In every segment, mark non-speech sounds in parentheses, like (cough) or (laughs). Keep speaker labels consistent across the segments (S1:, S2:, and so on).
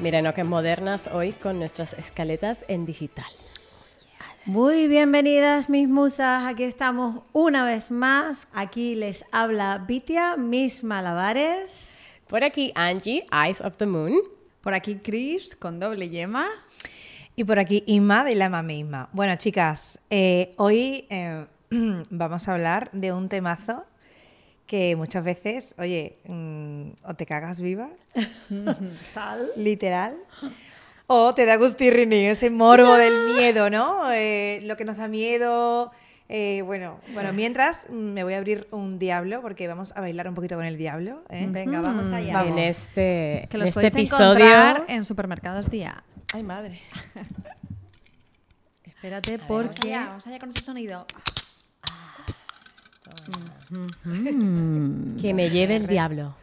S1: Mira, no que modernas hoy con nuestras escaletas en digital.
S2: Muy bienvenidas mis musas, aquí estamos una vez más. Aquí les habla Vitia, mis malabares.
S1: Por aquí Angie, Eyes of the Moon.
S3: Por aquí Chris con doble yema.
S4: Y por aquí Inma de la misma. Bueno, chicas, eh, hoy eh, (clears throat) vamos a hablar de un temazo que muchas veces, oye, mm, o te cagas viva,
S2: (laughs) Tal.
S4: literal, o te da gustirrini, ese morbo del miedo, ¿no? Eh, lo que nos da miedo. eh, bueno, bueno, mientras mm, me voy a abrir un diablo porque vamos a bailar un poquito con el diablo. ¿eh?
S2: Venga,
S3: Mm.
S2: vamos allá.
S4: Vamos.
S1: En este,
S3: Que
S1: en
S3: los
S1: este
S3: podéis
S1: episodio.
S3: encontrar en supermercados día. Ay, madre.
S2: (laughs) Espérate porque
S3: allá, vamos allá con ese sonido.
S1: Que me lleve el diablo.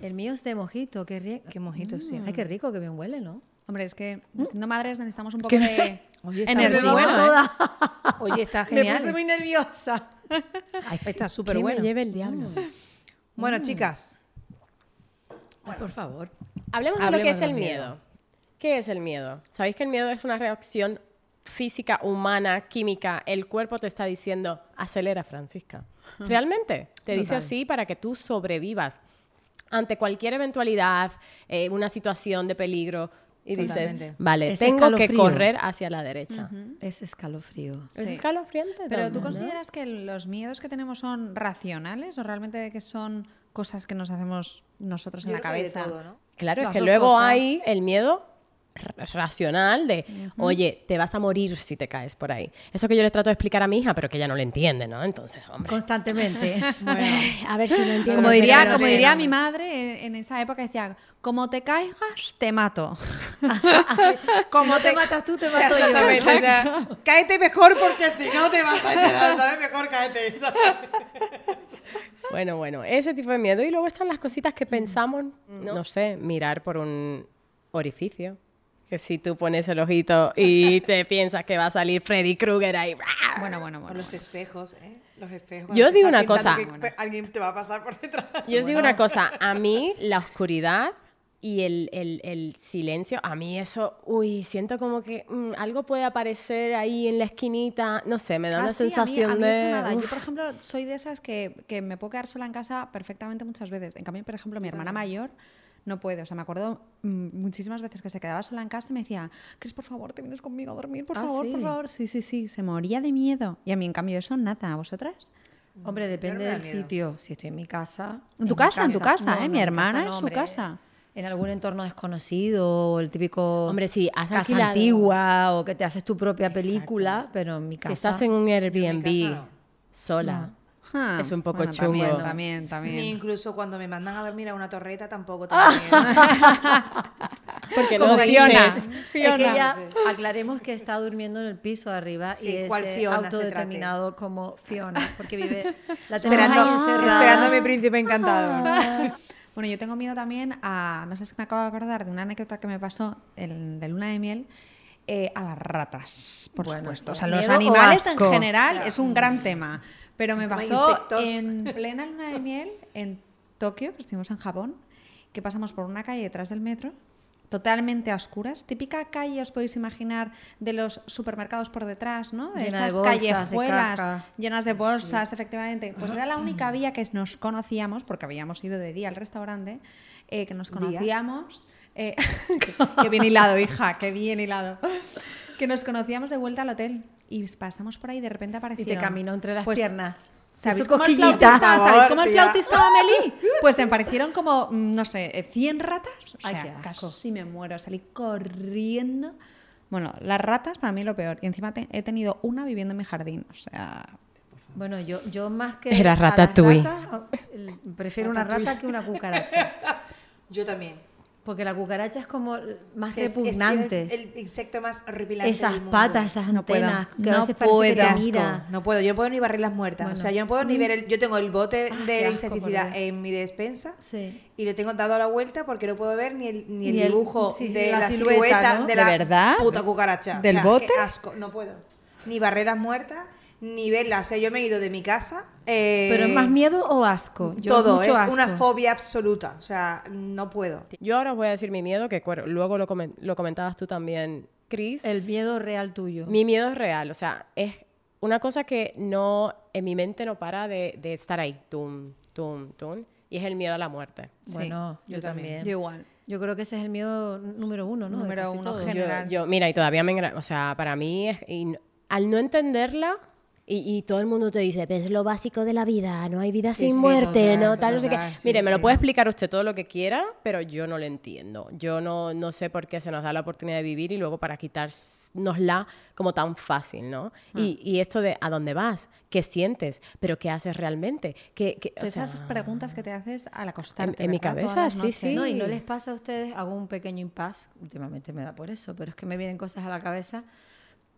S2: el mío es de mojito, qué rico.
S4: Qué mojitos, sí.
S2: Ay, qué rico, Mm. que bien huele, ¿no?
S3: Hombre, es que siendo madres necesitamos un poco (laughs) de
S4: Oye, está
S3: energía.
S4: muy bueno, ¿eh?
S2: Toda.
S4: Oye, está
S2: (laughs) Me puse
S4: genial.
S2: muy nerviosa.
S4: Está súper
S1: que me
S4: bueno.
S1: lleve el diablo.
S4: Bueno,
S2: Mm. (laughs)
S4: chicas,
S2: Ay, por favor.
S1: Hablemos de lo que
S4: Hablemos
S1: es el
S4: del
S1: miedo.
S4: miedo.
S1: ¿Qué es el miedo? ¿Sabéis que el miedo es una reacción física, humana, química? El cuerpo te está diciendo, acelera, Francisca. Realmente, te dice así para que tú sobrevivas ante cualquier eventualidad, eh, una situación de peligro. Y dices,
S4: Totalmente.
S1: vale,
S2: Ese
S1: tengo que
S2: escalofrío.
S1: correr hacia la derecha.
S2: Es escalofrío.
S1: Es
S3: Sí.
S1: escalofriante.
S3: Pero
S1: Donna,
S3: ¿tú
S1: ¿no?
S3: consideras que los miedos que tenemos son racionales o realmente que son cosas que nos hacemos nosotros en la cabeza?
S1: Claro,
S3: Las
S1: es que
S3: dos
S1: luego
S3: cosas.
S1: hay el miedo r- racional de, oye, te vas a morir si te caes por ahí. Eso que yo le trato de explicar a mi hija, pero que ella no lo entiende, ¿no? Entonces, (laughs) hombre.
S3: (laughs)
S2: Constantemente.
S1: A ver si
S2: (laughs)
S1: lo entiendo.
S3: Como diría,
S2: Pero
S3: como
S2: no.
S3: diría mi madre en, en esa época decía, como te caigas, te (laughs) mato.
S4: como
S2: no te matas
S4: (laughs)
S2: tú, te
S4: O sea,
S2: mato yo.
S4: exactamente, o sea, cáete mejor porque si no te vas a enterar, ¿sabes? Mejor cáete. ¿sabes?
S1: Bueno, bueno, ese tipo de miedo. Y luego están las cositas que pensamos, Mm. no, sé, mirar por un orificio. Que si tú pones el ojito y (laughs) te piensas que va a salir Freddy Krueger ahí.
S3: Bueno, bueno,
S4: O
S3: bueno.
S4: los espejos, ¿eh? Los espejos.
S1: Yo
S4: cuando te
S1: digo
S4: estás
S1: una
S4: pintando
S1: cosa.
S4: que pe- alguien te va a pasar por detrás.
S1: Yo os digo una cosa,
S3: (laughs)
S1: a mí la oscuridad y el, el- el silencio, a mí eso, uy, siento como que mm, algo puede aparecer ahí en la esquinita, no sé, me da
S3: Ah,
S1: una
S3: sí, a mí-
S1: sensación
S3: a mí,
S1: de...
S3: eso nada. Yo,
S1: uf,
S3: por ejemplo, soy de esas que, que me puedo quedar sola en casa perfectamente muchas veces. En cambio, por ejemplo, mi hermana mayor no puede. O sea, me acuerdo mm, muchísimas veces que se quedaba sola en casa y me decía, Cris, por favor, te vienes conmigo a dormir, por
S2: Ah,
S3: favor, por
S2: sí.
S3: favor. Sí, sí, sí, se moría de miedo. Y a mí, en cambio, eso nada. ¿A vosotras?
S2: Hombre, depende
S4: me da
S2: del
S4: miedo.
S2: sitio. Si estoy en mi casa.
S3: En tu
S2: mi
S3: casa, en tu casa, ¿eh? Mi
S2: en
S3: hermana en su
S2: hombre.
S3: casa.
S2: En algún entorno desconocido, o el típico.
S1: Hombre, sí, has
S2: casa
S1: alquilado.
S2: antigua, o que te haces tu propia película, pero en mi casa.
S1: si estás
S2: (laughs)
S1: en un Airbnb
S4: casa no.
S1: sola,
S3: Ah,
S1: es un poco
S3: bueno,
S1: chungo.
S3: También, también,
S4: Ni
S3: también.
S4: incluso cuando me mandan a dormir a una torreta tampoco
S2: Ah. (laughs)
S4: tengo miedo.
S1: Porque
S3: Como
S1: luego
S3: Fiona.
S1: dices,
S2: Es que
S3: Fiona.
S2: ya aclaremos que está durmiendo en el piso de arriba
S4: Sí,
S2: y es
S4: ¿cuál
S2: eh,
S4: Fiona se
S2: autodeterminado como Fiona, porque vive la tenemos
S4: esperando,
S2: ahí encerrada.
S4: esperando a mi príncipe encantado.
S3: Bueno, yo tengo miedo también a. No sé si me acabo de acordar de una anécdota que me pasó el- de luna de miel. eh, a las ratas, por supuesto. O sea, los
S2: miedo o
S3: animales en
S2: asco.
S3: general es un gran tema. Pero me
S4: Como
S3: pasó
S4: insectos.
S3: en plena luna de miel en Tokio, que estuvimos en Japón, que pasamos por una calle detrás del metro, totalmente a oscuras. Típica calle, os podéis imaginar, de los supermercados por detrás, ¿no? De
S2: Llena de
S3: esas
S2: bolsas, de
S3: callejuelas
S2: caja.
S3: llenas de bolsas, efectivamente. Pues era la única vía que nos conocíamos, porque habíamos ido de día al restaurante, eh, que nos conocíamos.
S2: (laughs)
S3: eh, (laughs) qué bien hilado, hija, qué bien hilado. Que nos conocíamos de vuelta al hotel y pasamos por ahí y de repente
S2: Y
S3: aparecieron.
S2: te caminó entre las
S3: Pues,
S2: piernas.
S3: ¿Sabéis
S2: Su
S3: cómo, el
S2: cosquillita.
S3: flautista,
S4: Por
S3: ¿Sabéis
S4: favor,
S3: cómo el
S2: (laughs)
S4: tía.
S3: flautista de Amelie? Pues me aparecieron como, mm, no sé, eh, 100 ratas. O
S2: Ay,
S3: sea,
S2: qué asco.
S3: casi me muero. Salí corriendo. Bueno, las ratas para mí lo peor. Y encima te- he tenido una viviendo en mi jardín. O sea,
S2: Bueno, yo, yo más que.
S1: Era
S2: a las
S1: ratatouille.
S2: ratas, o- el- prefiero una rata que una cucaracha.
S4: Yo también.
S2: Porque la cucaracha es como más
S4: Sí, es- es
S2: repugnante.
S4: el, el insecto más horripilante
S2: esas
S4: del mundo.
S2: patas, esas
S3: No puedo.
S2: antenas, que a
S3: No
S2: veces parece que
S4: Qué
S2: te
S3: puedo.
S4: asco.
S2: mira.
S4: No puedo, yo no puedo ni barrer las muertas. O sea, yo no puedo ni ver el. Yo tengo el bote
S2: Ah, qué
S4: de
S2: asco, por
S4: insecticida
S2: Dios.
S4: en mi despensa
S2: Sí.
S4: y le tengo dado la vuelta porque no puedo ver ni el, ni el
S2: Ni el-
S4: dibujo
S2: sí, sí,
S4: de
S2: la
S4: la,
S2: silueta,
S4: silueta,
S2: ¿no?
S4: de la
S3: ¿De verdad?
S4: puta cucaracha.
S3: ¿Del
S4: O sea, qué
S3: bote?
S4: asco, no puedo. Ni barreras muertas, ni verla. O sea, yo me he ido de mi casa. eh,
S2: ¿Pero es más miedo o asco? Yo
S4: todo, es
S2: mucho asco.
S4: una fobia absoluta. O sea, no puedo.
S1: Yo ahora os voy a decir mi miedo, que cuer- luego lo, comen- lo comentabas tú también, Chris.
S2: El miedo real tuyo.
S1: Mi miedo es real, o sea, es una cosa que no, en mi mente no para de, de estar ahí, tum, tum, tum, y es el miedo a la muerte.
S3: Sí,
S2: Bueno, yo,
S4: yo también.
S2: también.
S3: Yo igual.
S2: Yo creo que ese es el miedo n- número uno, ¿no? De
S3: Número
S2: casi
S3: uno,
S2: todos.
S1: Yo,
S3: general.
S1: yo- mira, y todavía me... engra- O sea, para mí es... y n- al no entenderla... Y, y todo el mundo te dice, "Pero es lo básico de la vida, no hay vida
S4: Sí,
S1: sin
S4: sí,
S1: muerte,
S4: total,
S1: no tal, no sé qué.
S4: total, sí,
S1: Mire, me
S4: sí.
S1: lo puede explicar usted todo lo que quiera, pero yo no lo entiendo. Yo no, no sé por qué se nos da la oportunidad de vivir y luego para quitárnosla como tan fácil, ¿no?
S4: Mm.
S1: Y, y esto de a dónde vas, qué sientes, pero qué haces realmente. ¿Qué, qué- o
S3: Todas
S1: sea,
S3: esas preguntas que te haces al acostarte.
S1: en mi
S3: ¿verdad?
S1: cabeza,
S3: Todas las
S1: sí,
S3: noches.
S1: sí.
S2: No, y no les pasa a ustedes, hago un pequeño impasse, últimamente me da por eso, pero es que me vienen cosas a la cabeza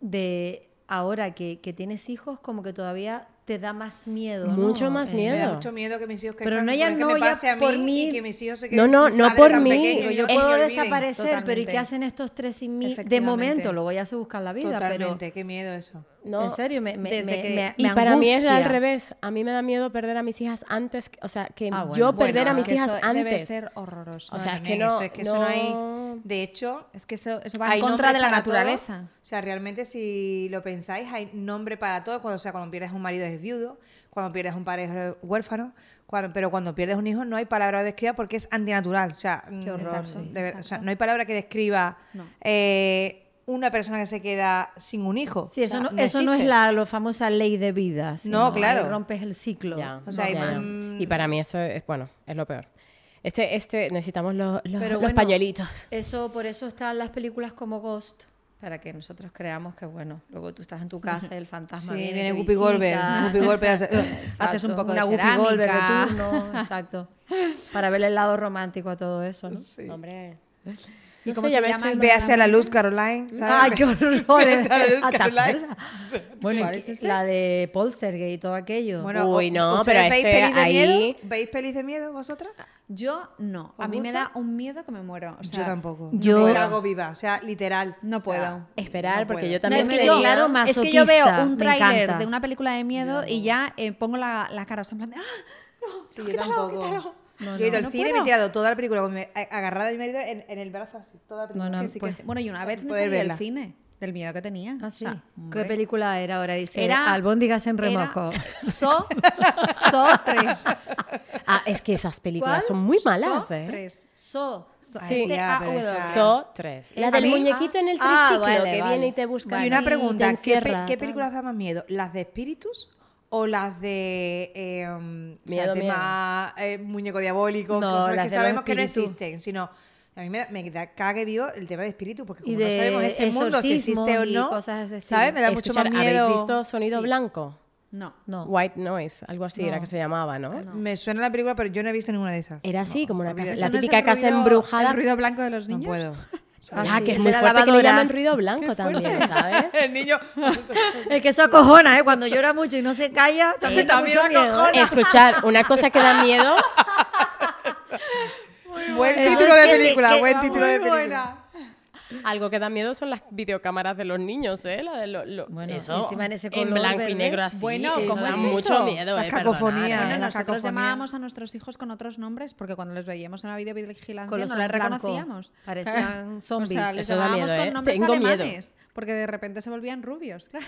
S2: de ahora que, que tienes hijos, como que todavía te da más miedo. ¿no?
S1: Mucho más
S2: Eh,
S1: miedo.
S4: Me da
S1: Claro.
S4: mucho miedo que mis hijos
S2: Pero
S4: crezcan,
S2: no, ya
S4: pero que
S2: no,
S4: me
S2: ya
S4: pase a mí
S2: por
S4: y
S2: mí.
S4: que mis hijos se
S1: No,
S4: queden
S1: no,
S4: sin
S1: no
S4: padre
S1: por
S4: tan
S1: mí.
S4: pequeños
S2: Digo,
S4: y
S2: yo
S4: no
S2: puedo
S4: se olviden.
S2: desaparecer, pero ¿y
S3: Totalmente.
S2: qué hacen estos tres sin mí? De
S3: Efectivamente.
S2: momento, luego ya se buscan la vida,
S4: Totalmente,
S2: pero...
S4: qué miedo eso.
S1: No,
S2: En serio, me, me,
S3: Desde
S2: me-
S3: que-
S2: me-
S1: Y
S2: me
S1: para mí es al
S2: angustia.
S1: revés. A mí me da miedo perder a mis hijas antes, que- o sea, que
S2: Ah, bueno,
S1: yo
S2: sí.
S1: perder
S3: Bueno,
S1: a
S3: es
S1: mis
S3: que
S1: hijas
S3: eso
S1: antes.
S3: Debe ser horroroso.
S1: O sea, es que
S4: también
S1: no-
S4: eso, es que eso no
S1: no-
S4: hay. De hecho,
S3: es que eso, eso va
S4: hay
S3: en contra de
S4: nombres
S3: la
S4: para todo.
S3: naturaleza.
S4: O sea, realmente si lo pensáis, hay nombre para todo. Cuando, o sea, cuando pierdes un marido es viudo, cuando pierdes un padre es huérfano, cuando- pero cuando pierdes un hijo no hay palabra que describa porque es antinatural. O sea, mm,
S2: horror,
S4: exacto,
S2: sí.
S4: de ver- o sea,
S3: Exacto.
S4: no hay palabra que describa
S3: No.
S4: eh, una persona que se queda sin un hijo.
S2: Sí, eso,
S4: O sea,
S2: no, eso no es
S4: existe.
S2: la lo famosa ley de vida. sino
S4: No,
S2: ahí
S4: claro.
S2: rompes el ciclo.
S1: Ya,
S4: O sea,
S1: ya,
S4: hay-
S1: ya.
S4: mm.
S1: Y para mí eso es, bueno, es lo peor. Este, este, necesitamos los, los,
S2: Pero
S1: los
S2: bueno,
S1: pañuelitos.
S2: Eso, por eso están las películas como Ghost, para que nosotros creamos que, bueno, luego tú estás en tu casa y el
S4: Sí,
S2: fantasma viene.
S4: viene
S2: te
S4: Guppy Goldberg.
S2: visita.
S4: Guppy Goldberg hace-
S2: (laughs) Exacto,
S3: Haces un poco
S2: una
S3: de
S2: Guppy Goldberg de
S3: cerámica.
S2: turno, exacto. Para ver el lado romántico a todo eso, ¿no?
S1: Hombre.
S3: ¿Y
S1: No
S3: cómo
S1: sé,
S3: se
S1: ya me
S3: llama
S1: estoy-
S3: el
S4: Ve hacia la luz, Caroline.
S2: ¡Ah,
S4: ¿sabes?
S2: qué horror!
S4: Ve hacia la luz,
S2: Ah, ¿te
S4: Caroline.
S2: acuerdas? Bueno,
S3: ¿Cuál es ese?
S2: la de Poltergeist y todo aquello.
S1: Uy,
S4: o-
S1: no,
S4: ¿ustedes
S1: pero
S4: veis
S1: este
S4: pelis de
S1: ahí-
S4: miedo? ¿Veis pelis de miedo vosotras?
S3: Yo no. A mí me da un miedo que me muero. Ah, o sea,
S4: yo tampoco.
S2: yo-
S4: Yo me cago viva, o sea, literal.
S3: No
S4: O sea,
S3: puedo.
S1: Esperar,
S4: no
S1: porque
S4: puedo.
S1: yo
S2: No,
S1: también
S2: es que
S1: tenía-
S2: yo- claro, ma-
S3: es que yo
S2: masoquista,
S3: veo un
S2: me
S3: tráiler
S2: encanta.
S3: de una película de miedo y ya eh, pongo la, la cara, o sea, en plan de, ¡ah!
S4: Sí, yo tampoco.
S2: No,
S4: yo he ido
S2: no,
S4: al
S2: no
S4: cine y me he tirado toda la película con mi- a- agarrada a mi marido en, en el brazo así, toda la película.
S2: No, no,
S3: Ah,
S4: Que sí, que
S2: pues-
S4: sí.
S3: Bueno, y una vez me
S4: Poder
S3: salí del
S4: verla.
S3: cine, del miedo que tenía.
S2: Ah, sí.
S3: O sea,
S2: ¿Qué
S3: hombre.
S2: película era ahora? Dice,
S3: Era-
S2: albóndigas en
S3: Era
S2: remojo. (laughs)
S3: So, so 3.
S1: Ah, es que esas películas son muy malas,
S3: so
S1: ¿eh?
S3: 3.
S2: So. este
S4: Sí, ya,
S3: S.A.W..
S4: pero esa-
S1: So tres. La
S4: A
S1: del
S4: mí-
S1: muñequito en el triciclo
S2: Ah, vale,
S1: que
S2: vale.
S1: viene y te busca.
S4: y una
S1: así,
S4: pregunta,
S1: te
S4: ¿qué, pe-
S1: encierra.
S4: qué películas da más miedo? ¿Las de espíritus o las de eh, um, o sea,
S1: Miedo,
S4: tema eh, muñeco diabólico,
S2: No, las
S4: cosas que
S2: de los
S4: sabemos que no
S2: espíritus.
S4: existen, sino a mí me, da- me da cague vivo el tema de espíritus porque
S2: Y
S4: como no
S2: de
S4: sabemos ese mundo si
S2: exorcismos
S4: existe o
S2: y
S4: no,
S2: cosas de ese estilo.
S4: ¿sabes? Me da mucho
S1: Escuchar,
S4: más miedo.
S1: ¿Habéis visto Sonido Blanco?
S3: No.
S2: No.
S1: White Noise, algo así era
S2: No.
S1: que se llamaba, ¿no?
S4: Me suena la película, pero yo no he visto ninguna de esas.
S1: Era así, como una casa,
S4: olvídate.
S1: la
S3: ¿Eso no es
S1: típica
S3: el
S1: casa
S3: ruido-
S1: embrujada.
S3: El ruido blanco de los
S4: No
S3: niños.
S4: puedo. (laughs)
S1: Ah,
S2: Así,
S1: que es
S2: de
S1: muy
S2: la
S1: fuerte que le
S2: lavadora.
S1: llaman ruido blanco también,
S4: (laughs)
S1: ¿sabes?
S2: (laughs)
S4: El niño
S2: Es que eso acojona, ¿eh? Cuando llora mucho y no se calla, también da
S4: También
S2: mucho miedo.
S4: acojona.
S1: Escuchar una cosa que da miedo
S4: Buen
S2: Eso
S4: título
S2: es
S4: de
S2: que-
S4: película,
S2: que-
S4: buen
S2: que-
S4: título de película.
S1: Algo que da miedo son las videocámaras de los niños, ¿eh? La de lo, lo-
S2: Bueno,
S1: eso,
S2: encima en ese color
S1: blanco y
S2: verde.
S1: negro así.
S3: Bueno,
S1: eso
S3: ¿cómo
S1: da
S3: es
S1: mucho
S3: eso?
S1: miedo,
S4: La
S1: eh, perdonar,
S4: cacofonía, ¿eh?
S1: ¿eh?
S3: Bueno,
S4: La
S3: nosotros
S4: cacofonía.
S3: llamábamos a nuestros hijos con otros nombres porque cuando los veíamos en la videovigilancia
S2: Con los
S3: no les
S2: ojos blancos.
S3: reconocíamos.
S2: Parecían zombies.
S3: (laughs) O sea, les
S1: Eso da
S3: llamábamos
S1: miedo,
S3: con
S1: ¿eh?
S3: nombres
S1: Tengo miedo.
S3: alemanes porque de repente se volvían rubios, claro.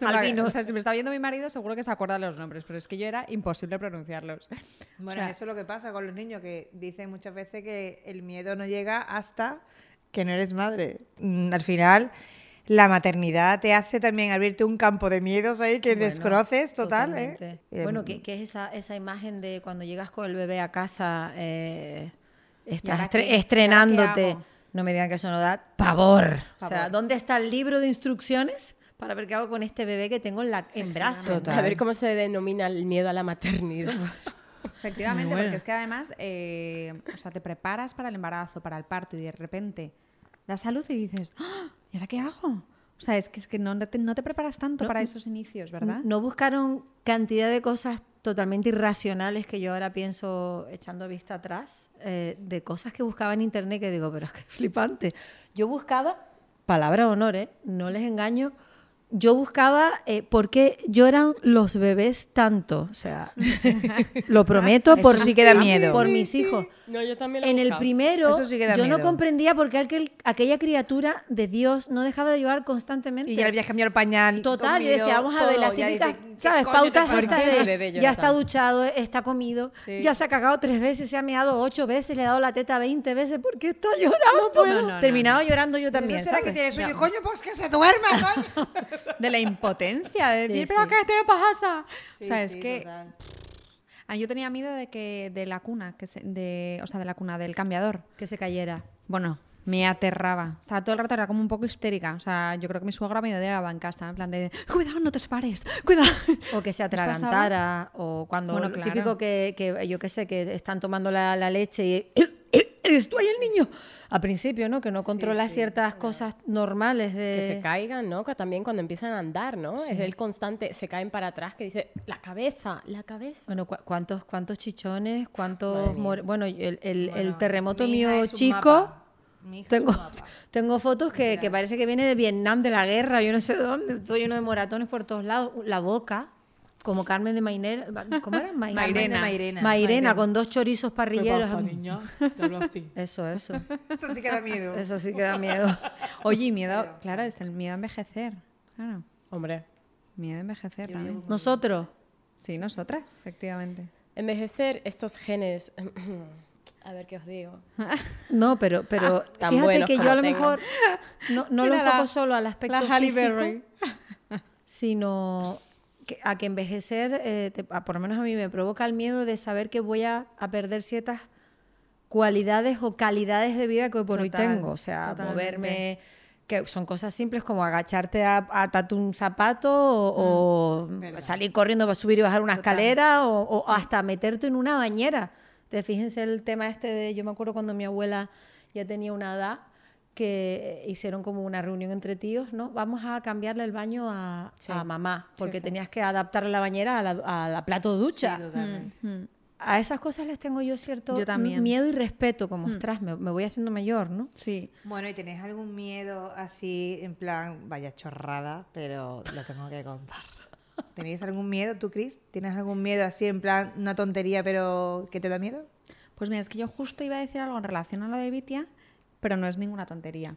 S3: No,
S2: Albinos.
S3: O sea, si me está viendo mi marido seguro que se acuerda de los nombres, pero es que yo era imposible pronunciarlos.
S4: Bueno,
S3: O sea,
S4: eso es lo que pasa con los niños, que dicen muchas veces que el miedo no llega hasta que no eres madre. Mm, Al final, la maternidad te hace también abrirte un campo de miedos ahí que
S2: Bueno,
S4: desconoces total, ¿eh?
S2: totalmente. Bueno, que, que es esa, esa imagen de cuando llegas con el bebé a casa, eh, estás
S3: ahora
S2: estre-
S3: qué? ¿Y ahora qué
S2: estrenándote.
S3: hago?
S2: No me digan que eso no da pavor. O sea, ¿dónde está el libro de instrucciones para ver qué hago con este bebé que tengo en, la, en brazos? ¿no?
S4: Total.
S1: A ver cómo se denomina el miedo a la maternidad.
S3: Efectivamente, porque es que además, eh, o sea, te preparas para el embarazo, para el parto y de repente das a luz y dices, "¡Ah! ¿y ahora qué hago? O sea, es que, es que no, te, no te preparas tanto para esos inicios, ¿verdad?
S2: No buscaron cantidad de cosas totalmente irracionales que yo ahora pienso echando vista atrás, eh, de cosas que buscaba en internet que digo, pero es que es flipante. Yo buscaba, palabra de honor, ¿eh? no les engaño, yo buscaba eh, por qué lloran los bebés tanto. O sea, lo prometo
S4: Eso
S2: por,
S4: sí que da miedo.
S2: por mis hijos.
S1: No, yo también lo
S2: En el
S1: buscaba.
S2: primero,
S4: Eso sí que da
S2: yo no
S4: miedo.
S2: comprendía por qué aquel- aquella criatura de Dios no dejaba de llorar constantemente.
S4: Y ya le habías cambiado el pañal.
S2: Total, yo
S4: comido,
S2: decía, vamos a ver
S4: todo,
S2: las
S4: ya
S2: típicas,
S4: dices, ¿qué
S2: ¿sabes?
S4: coño te
S2: Pautas
S4: pasa?
S2: estas
S1: ¿Por qué el
S2: de
S1: bebé llora
S2: ya está
S1: tanto?
S2: duchado, está comido,
S4: Sí.
S2: ya se ha cagado tres veces, se ha meado ocho veces, le ha dado la teta 20 veces, ¿por qué está llorando?
S3: puedo. No, no, no,
S2: Terminaba llorando yo (laughs) también,
S4: ¿Eso será que
S2: ¿sabes?
S4: tiene sueño?
S2: No.
S4: Coño, pues que
S2: (laughs)
S4: se duerma, coño.
S3: De la impotencia, de
S2: Sí,
S3: decir, ¿pero
S2: sí.
S3: qué te pasa? o sea, es
S4: Sí,
S3: que
S4: total.
S3: Ah, yo tenía miedo de que de la cuna, que se- de, o sea, de la cuna, del cambiador.
S2: Que se cayera.
S3: Bueno, me aterraba. Estaba todo el rato, era como un poco histérica. O sea, yo creo que mi suegra me odiaba en casa, en plan de, cuidado, no te separes, cuidado. (laughs)
S2: O que se
S3: pasaba?
S2: atragantara, o cuando
S3: Bueno,
S2: lo
S3: claro.
S2: típico que, que, yo qué sé, que están tomando la, la leche y (coughs) eres tú ahí el niño. Al principio, ¿no? Que no controla ciertas cosas normales de...
S1: Que se caigan, ¿no? Que también cuando empiezan a andar, ¿no? Es el constante, se caen para atrás que dice, la cabeza, la cabeza.
S2: Bueno, cu- ¿cuántos, cuántos chichones? ¿Cuántos
S1: Madre mía.
S2: more- Bueno, el, el- el
S4: Bueno,
S2: terremoto
S4: mi hija
S2: mío
S4: es un
S2: chico.
S4: mapa. Mi hija es un
S2: Tengo,
S4: mapa.
S2: (laughs) tengo fotos que, que parece que viene de Vietnam, de la guerra, yo no sé dónde, todo lleno de moratones por todos lados, la boca, como Carmen de Mainer, ¿cómo era? Mai-
S4: Carmen de
S3: Mairena.
S4: Mairena.
S2: Mairena, con dos chorizos parrilleros. (laughs)
S5: Te hablo así.
S2: Eso,
S5: (laughs)
S2: eso,
S4: Eso sí que da miedo.
S2: (laughs) eso sí que da miedo.
S3: Oye, y miedo, claro, es el miedo a envejecer. Claro,
S1: Hombre,
S3: miedo a envejecer también.
S2: Nosotros,
S3: Sí, nosotras, efectivamente.
S1: envejecer estos genes... (clears throat) a ver qué os digo.
S2: no, pero, pero
S3: Ah,
S1: tan
S2: fíjate
S1: buenos
S2: que yo
S1: como
S2: a lo
S1: tengo.
S2: mejor no, no lo
S3: Mira la-
S2: enfoco solo al aspecto
S3: la Halle
S2: físico,
S3: Berry. (laughs)
S2: sino que- a que envejecer, eh, te- a- por lo menos a mí me provoca el miedo de saber que voy a, a perder ciertas cualidades o calidades de vida que hoy por hoy
S3: Total,
S2: tengo. O sea,
S3: totalmente.
S2: moverme, que son cosas simples como agacharte a, a atarte un zapato o, o salir corriendo para subir y bajar una escalera o, o hasta meterte en una bañera. Entonces, fíjense el tema este de, yo me acuerdo cuando mi abuela ya tenía una edad que hicieron como una reunión entre tíos, ¿no? Vamos a cambiarle el baño a,
S1: Sí.
S2: a mamá, porque tenías que adaptar la bañera a la, a la plato ducha. Mm. a esas cosas les tengo yo cierto
S3: Yo también.
S2: miedo y respeto, como, ostras, me, me voy haciendo mayor, ¿no?
S3: Sí.
S4: Bueno, ¿y tenés algún miedo así, en plan, vaya chorrada, pero lo tengo que contar? ¿Tenéis algún miedo, tú, Cris? ¿Tienes algún miedo así, en plan, una tontería, pero que te da miedo?
S3: Pues mira, es que yo justo iba a decir algo en relación a lo de Vitia, pero no es ninguna tontería.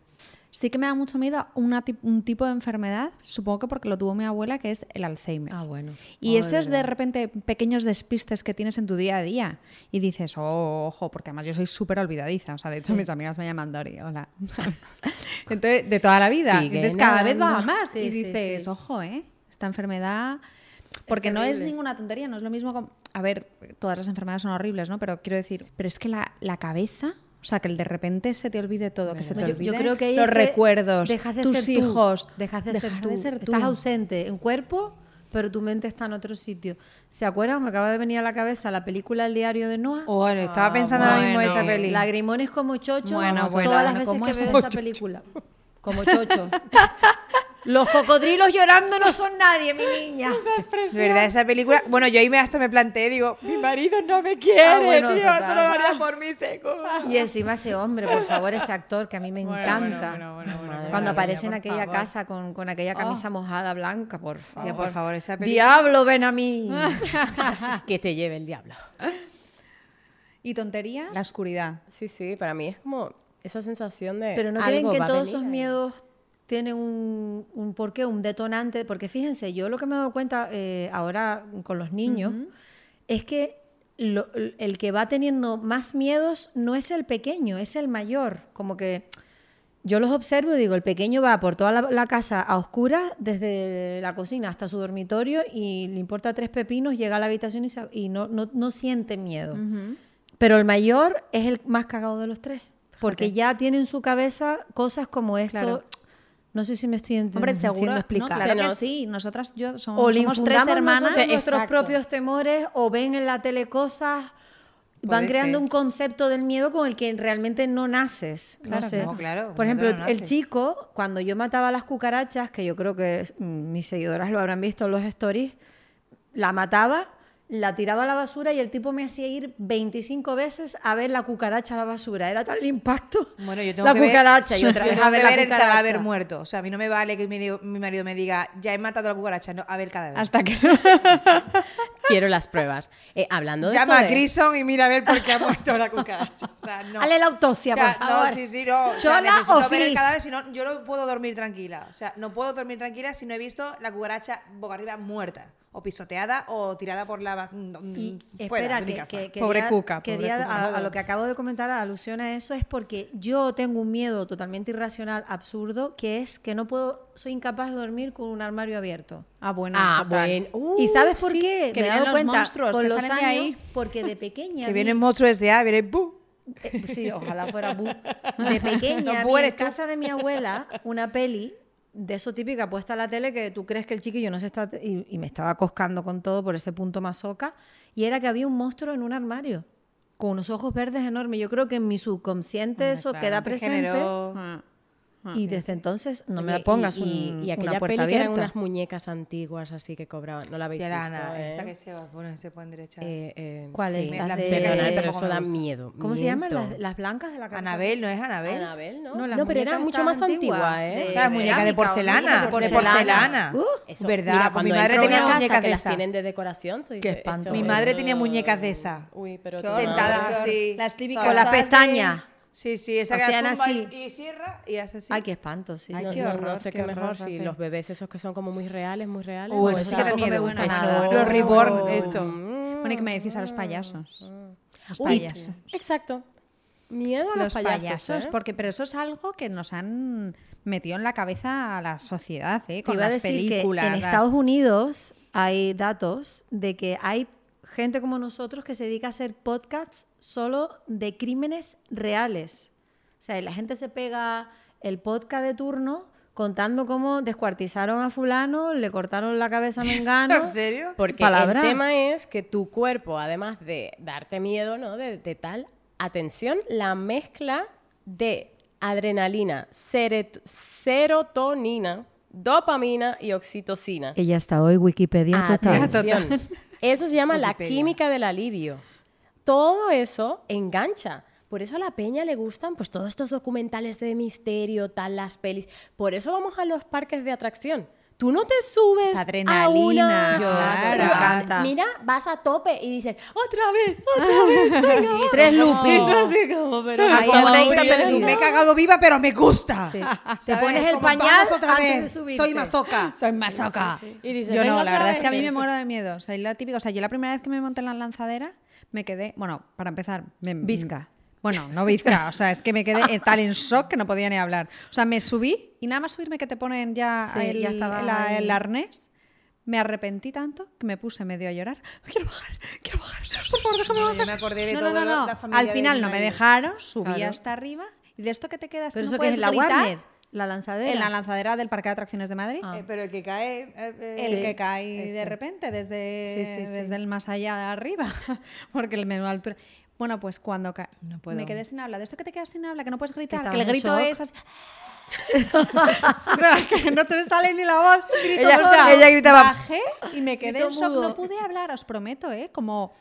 S3: Sí que me da mucho miedo una tip- un tipo de enfermedad, supongo que porque lo tuvo mi abuela, que es el Alzheimer.
S2: Ah, bueno.
S3: Y eso es de repente pequeños despistes que tienes en tu día a día. Y dices, "Oh, ojo, porque además yo soy súper olvidadiza. O sea, de hecho, mis amigas me llaman Dori, hola. (laughs) Entonces, de toda la vida.
S1: Sigue
S3: Entonces, cada vez va a
S1: nadando.
S3: más.
S2: Sí,
S3: y
S2: sí,
S3: dices,
S2: sí.
S3: ojo, ¿eh? Esta enfermedad. Porque no es
S2: terrible.
S3: ninguna tontería, no es lo mismo. como- A ver, todas las enfermedades son horribles, ¿no? Pero quiero decir, pero es que la, la cabeza. O sea, que el de repente se te olvide todo, que se te
S2: Bueno,
S3: olvide
S2: yo, yo creo que ahí
S3: los
S2: es que
S3: recuerdos,
S2: dejas de
S3: tus
S2: ser tú,
S3: hijos,
S2: dejas de ser,
S3: dejar
S2: tú.
S3: tú.
S2: Estás ausente en cuerpo, pero tu mente está en otro sitio. ¿Se acuerdan? Me acaba de venir a la cabeza la película El diario de Noah.
S4: Bueno,
S2: Ah,
S4: estaba pensando ahora mismo en esa
S3: bueno.
S4: peli.
S2: Lagrimones como chocho
S3: Bueno,
S2: todas
S3: bueno,
S2: las
S3: bueno,
S2: veces
S3: ¿cómo
S2: que
S3: es?
S2: veo
S3: Como
S2: esa película.
S1: (laughs)
S2: Como chocho. Los cocodrilos llorando no son nadie, mi
S3: (laughs)
S2: niña.
S4: De verdad, esa película... Bueno, yo ahí me hasta me planteé, digo,
S2: (gasps)
S4: mi marido no me quiere,
S2: Ah, bueno,
S4: tío,
S2: total.
S4: solo lo haría por mí, seguro.
S2: Y encima ese hombre, por favor, ese actor que a mí me encanta. Cuando aparece en aquella casa con, con aquella camisa
S3: Oh.
S2: mojada blanca, por favor.
S4: Tía, por favor, esa película...
S2: Diablo, ven a mí.
S1: Ah, Que te lleve el diablo.
S3: Y tonterías. La oscuridad.
S1: Sí, sí, para mí es como esa sensación de...
S2: Pero no
S1: Eh, algo
S2: creen que
S1: va a
S2: todos
S1: venir
S2: esos
S1: ahí.
S2: miedos tienen un, un porqué, un detonante. Porque fíjense, yo lo que me he dado cuenta eh, ahora con los niños es que lo- el que va teniendo más miedos no es el pequeño, es el mayor. Como que yo los observo y digo, el pequeño va por toda la, la casa a oscuras, desde la cocina hasta su dormitorio y le importa tres pepinos, llega a la habitación y, se- y no, no- no siente miedo. Pero el mayor es el más cagado de los tres, porque ya tiene en su cabeza cosas como esto.
S3: Claro.
S2: No sé si me estoy enten-
S3: Hombre, seguro.
S2: siendo
S3: No,
S2: explicar.
S3: claro
S1: Se
S3: que
S1: nos-
S3: sí. Nosotras yo somos,
S2: O le
S3: somos tres
S2: infundamos
S3: hermanas.
S2: nosotros nuestros
S1: Exacto.
S2: propios temores o ven en la tele cosas, van
S4: Puede
S2: creando
S4: ser.
S2: un concepto del miedo con el que realmente no naces. No
S3: Claro,
S2: sé.
S4: no, claro,
S2: Por
S4: no
S2: ejemplo,
S4: lo
S2: el
S4: naces.
S2: chico, cuando yo mataba las cucarachas, que yo creo que mm, mis seguidoras lo habrán visto en los stories, la mataba la tiraba a la basura y el tipo me hacía ir 25 veces a ver la cucaracha a la basura. Era tal el impacto.
S4: Bueno, yo tengo
S2: la
S4: que ver-
S2: cucaracha y otra
S4: (laughs) yo
S2: vez
S4: tengo
S2: a ver
S4: que
S2: la
S4: ver el
S2: cucaracha.
S4: cadáver muerto. O sea, a mí no me vale que mi, mi marido me diga, ya he matado a la cucaracha. No, a ver el cadáver. (laughs)
S3: Hasta que
S1: (laughs) Quiero las pruebas. Eh, hablando de
S4: Llama
S1: eso
S4: a
S1: de-
S4: Grison y mira a ver por qué ha muerto la cucaracha. O sea, no.
S2: Hale la
S4: O
S2: autopsia,
S4: sea,
S2: por favor.
S4: no, sí, sí, no. O sea,
S2: Chola
S4: necesito
S2: o
S4: ver el
S2: Fris.
S4: cadáver, si no, yo no puedo dormir tranquila. O sea, no puedo dormir tranquila si no he visto la cucaracha boca arriba muerta, o pisoteada, o tirada por la. ba- mm,
S2: Y espera,
S4: fuera de mi
S2: que,
S4: casa.
S2: que- quería,
S3: Pobre cuca, pobre
S2: quería
S3: cuca.
S2: a, a lo que acabo de comentar, alusión a eso, es porque yo tengo un miedo totalmente irracional, absurdo, que es que no puedo, soy incapaz de dormir con un armario abierto.
S3: Ah, bueno,
S1: Ah,
S3: total.
S1: bueno.
S2: ¿Y sabes por
S3: Uh, sí,
S2: qué?
S3: que
S2: Me he
S3: vienen
S2: dado
S3: los
S2: cuenta
S3: monstruos,
S2: con
S3: que
S2: los años,
S3: salen de ahí.
S2: porque de
S3: (laughs)
S2: pequeña... vi-
S4: Que viene el monstruo desde A, viene. ¡bu!
S2: eh, sí, ojalá fuera
S1: (laughs)
S2: bu. De pequeña,
S4: No
S2: vi en
S4: puedes tú.
S2: casa de mi abuela una peli de eso típica puesta a la tele que tú crees que el chiquillo no se está... Y, y me estaba coscando con todo por ese punto masoca. Y era que había un monstruo en un armario con unos ojos verdes enormes. Yo creo que en mi subconsciente eso
S1: Ah, claro,
S2: queda
S4: Te
S2: presente.
S4: generó-
S3: Ah, ah,
S2: Y desde entonces no me
S1: Oye,
S2: la pongas
S1: y, y-
S2: un-
S1: y aquella
S2: una puerta
S1: peli que
S2: abierta.
S1: eran unas muñecas antiguas así que cobraban. No la habéis
S4: Tía, la
S1: visto,
S4: Ana,
S1: ¿eh?
S4: esa que se va, bueno, se pone derecha.
S1: Eh, eh,
S2: ¿Cuál es?
S1: sí.
S2: Las
S4: La
S2: de-
S4: muñeca
S1: Perdona,
S4: sí,
S1: pero eso
S4: tampoco me
S1: da
S4: gusta.
S1: miedo.
S2: ¿Cómo se llaman?
S1: Miento.
S2: Las, las blancas de la cabeza.
S4: Anabel, ¿no es Anabel?
S1: Anabel, ¿no?
S2: No, las
S1: pero era
S2: muñecas
S1: mucho más
S2: estaban
S1: antigua,
S2: antiguas,
S1: ¿eh?
S2: de-
S4: Las muñecas de
S2: cerámica,
S4: porcelana,
S2: muñecas
S4: de porcelana.
S2: Uh,
S1: Eso,
S4: ¿Verdad?
S1: mira,
S4: Pues
S1: cuando
S4: mi madre
S1: entro a una
S4: tenía
S1: casa
S4: muñecas
S1: que
S4: de
S1: las
S4: esas.
S1: tienen de decoración. tú dices,
S2: espanto.
S1: esto
S4: Mi
S1: es-
S4: madre tenía muñecas de esas.
S1: Uy, pero
S3: Qué
S1: tu
S3: horror.
S4: Sentadas
S1: madre-
S4: así.
S3: Las típicas
S4: todas.
S2: Con las pestañas.
S4: Sí, sí, esa que
S2: Hacían
S4: la tumba y-
S2: así.
S4: y cierra y hace así.
S2: Ay, qué espanto, sí.
S3: Ay,
S2: sí.
S1: No,
S3: qué
S1: no- no
S3: horror,
S1: sé qué,
S3: qué
S1: mejor
S3: horror,
S1: si
S3: Rafael.
S1: los bebés esos que son como muy reales, muy reales. Pues
S4: Uh,
S1: o
S4: eso
S1: eso
S4: sí que da
S3: tampoco me
S4: miedo.
S3: gusta
S4: Eso,
S3: nada.
S4: Los reborn,
S1: Oh.
S4: esto.
S1: Mm.
S3: Bueno, y que me decís a los payasos. Los
S1: Uy,
S3: payasos.
S1: Exacto. Miedo a los,
S3: Los payasos,
S1: ¿eh?
S3: porque pero eso es algo que nos han metido en la cabeza a la sociedad, ¿eh?
S2: Te
S3: Con
S2: iba a
S3: las
S2: decir que
S3: películas.
S2: en
S3: las-
S2: Estados Unidos hay datos de que hay gente como nosotros que se dedica a hacer podcasts solo de crímenes reales. O sea, y la gente se pega el podcast de turno contando cómo descuartizaron a fulano, le cortaron la
S3: (laughs)
S2: cabeza a Mengano.
S4: ¿En serio?
S1: Porque
S2: Palabra.
S1: el tema es que tu cuerpo, además de darte miedo, ¿no? De, de tal, atención, la mezcla de adrenalina, seret- serotonina, dopamina y oxitocina.
S2: Ella está hoy
S3: Ah,
S2: Wikipedia total.
S1: Atención. Eso se llama la
S4: Wikipedia.
S1: química del alivio. Todo eso engancha. Por eso a la peña le gustan pues todos estos documentales de misterio, tal las pelis. Por eso vamos a los parques de atracción. Tú no te subes
S3: Esa
S1: a
S3: adrenalina,
S1: una...
S3: claro.
S4: Yo-
S2: encanta.
S1: Mira, vas a tope y dices, otra vez, otra vez. venga,
S4: Sí,
S1: vamos".
S2: Tres
S4: son como-
S2: loopings.
S1: Y tú así como, pero
S4: Ay,
S2: Como
S4: hombre,
S2: una
S4: yo-
S2: perdida.
S4: me he cagado viva, pero me gusta.
S2: Sí. Te
S4: ¿Sabes?
S2: pones el
S4: Como,
S2: pañal
S4: vamos otra
S2: antes
S4: vez.
S2: de subirte.
S4: Soy masoca.
S3: Soy masoca.
S1: Y dices,
S3: yo
S1: "Venga,
S3: no,
S1: otra
S3: la verdad
S1: vez".
S3: es que a mí me muero de miedo. Soy la típica. O sea, yo la primera vez que me monté en la lanzadera, me quedé. Bueno, para empezar, me.
S2: Bizca.
S3: Bueno, no bizca. O sea, es que me quedé en tal en shock que no podía ni hablar. O sea, me subí y nada más subirme que te ponen ya,
S2: Sí,
S3: el,
S2: ya estaba
S3: la-
S2: ahí.
S3: el arnés. Me arrepentí tanto que me puse medio a llorar. Quiero bajar, quiero bajar. Por favor, déjame
S4: No, yo
S3: bajar.
S4: me acordé de
S3: no,
S4: todo
S3: no,
S4: lo-
S3: no,
S4: la
S3: no.
S4: familia
S3: Al
S4: de
S3: final
S4: mi
S3: no me
S4: marido.
S3: dejaron, subí
S2: Claro.
S3: hasta arriba y de esto que te quedas.
S2: Pero
S3: tú
S2: eso que
S3: no puedes
S2: es la
S3: gritar
S2: Warner, Ah. la lanzadera.
S3: en la lanzadera del Parque de Atracciones de Madrid.
S4: Eh, pero el que cae. eh, eh,
S3: El
S2: Sí,
S4: (laughs)
S3: que cae de
S2: ese.
S3: repente desde,
S2: Sí, sí, sí.
S3: desde el más allá de arriba, (laughs) porque el menú altura. Bueno, pues cuando ca-
S4: No puedo.
S3: me quedé sin habla, de esto que te quedas sin habla, que no puedes gritar, que,
S2: estabas
S3: el
S2: en
S3: grito
S2: shock.
S3: es así. No, que no te sale ni la voz. Grito
S4: Ella-
S3: solo.
S4: ella gritaba.
S3: ¡ah! Bajé y me quedé en
S2: Grito
S3: shock.
S2: mudo.
S3: No pude hablar, os prometo, ¿eh? Como,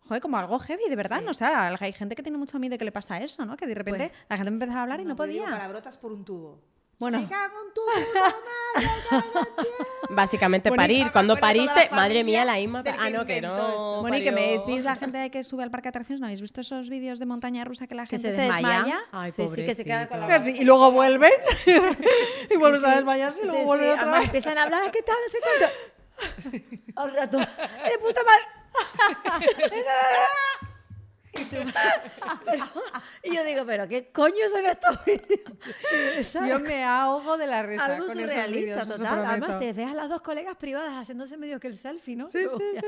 S3: joder, como algo heavy, de verdad. No, o sea, hay gente que tiene mucho miedo y que le pasa eso, ¿no? Que de repente la gente me empezaba a hablar y no
S4: te digo,
S3: podía.
S4: Palabrotas por un tubo.
S3: Bueno.
S4: Me cago en tu puta madre, me cago en ti.
S1: Básicamente
S4: Bueno, y
S1: parir.
S4: ahora
S1: Cuando
S4: me acuerdo de toda
S1: pariste,
S4: la
S1: madre mía,
S4: familia
S1: la Inma...
S4: del
S1: Ah,
S4: que
S1: no, que no.
S4: inventó esto.
S3: Bueno, y que me
S1: parió.
S3: decís la gente de que sube al parque de atracciones, ¿no habéis visto esos vídeos de montaña rusa que la
S2: que
S3: gente
S2: se
S3: se,
S2: desmaya. Ah,
S3: desmaya?
S1: Ay,
S2: sí, Pues sí, que se queda con la
S1: pobrecito.
S4: Y luego vuelven.
S2: (laughs)
S4: y vuelven a desmayarse y
S2: Sí,
S4: luego
S2: sí,
S4: vuelven otra
S2: además
S4: vez.
S2: empiezan a hablar, ¿qué tal? No sé cuánto. Al rato, ¡eres puta madre! (laughs) Y tú, (laughs) pero- y yo digo, ¿pero qué coño son estos (laughs) vídeos? ¿Sabes?
S3: Yo me ahogo de la risa.
S2: Algo
S3: con esos
S2: surrealista,
S3: vídeos, os lo
S2: total. Además,
S3: prometo.
S2: te ves a las dos colegas privadas haciéndose medio que el selfie, ¿no? Luego ya.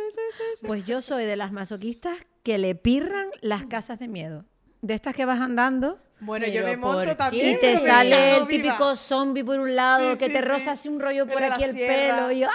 S2: Pues yo soy de las masoquistas que le pirran las casas de miedo. De estas que vas andando
S4: Bueno, yo
S1: Pero
S4: me
S1: ¿por
S4: monto
S1: qué?
S4: también.
S2: y
S4: pero
S2: te
S4: me
S2: sale
S4: cago
S2: el
S4: viva.
S2: típico zombie por un lado
S4: Sí,
S2: que
S4: sí,
S2: te
S4: sí.
S2: roza así un rollo por
S4: Pero
S2: aquí
S4: la
S2: el
S4: sierra.
S2: pelo y yo,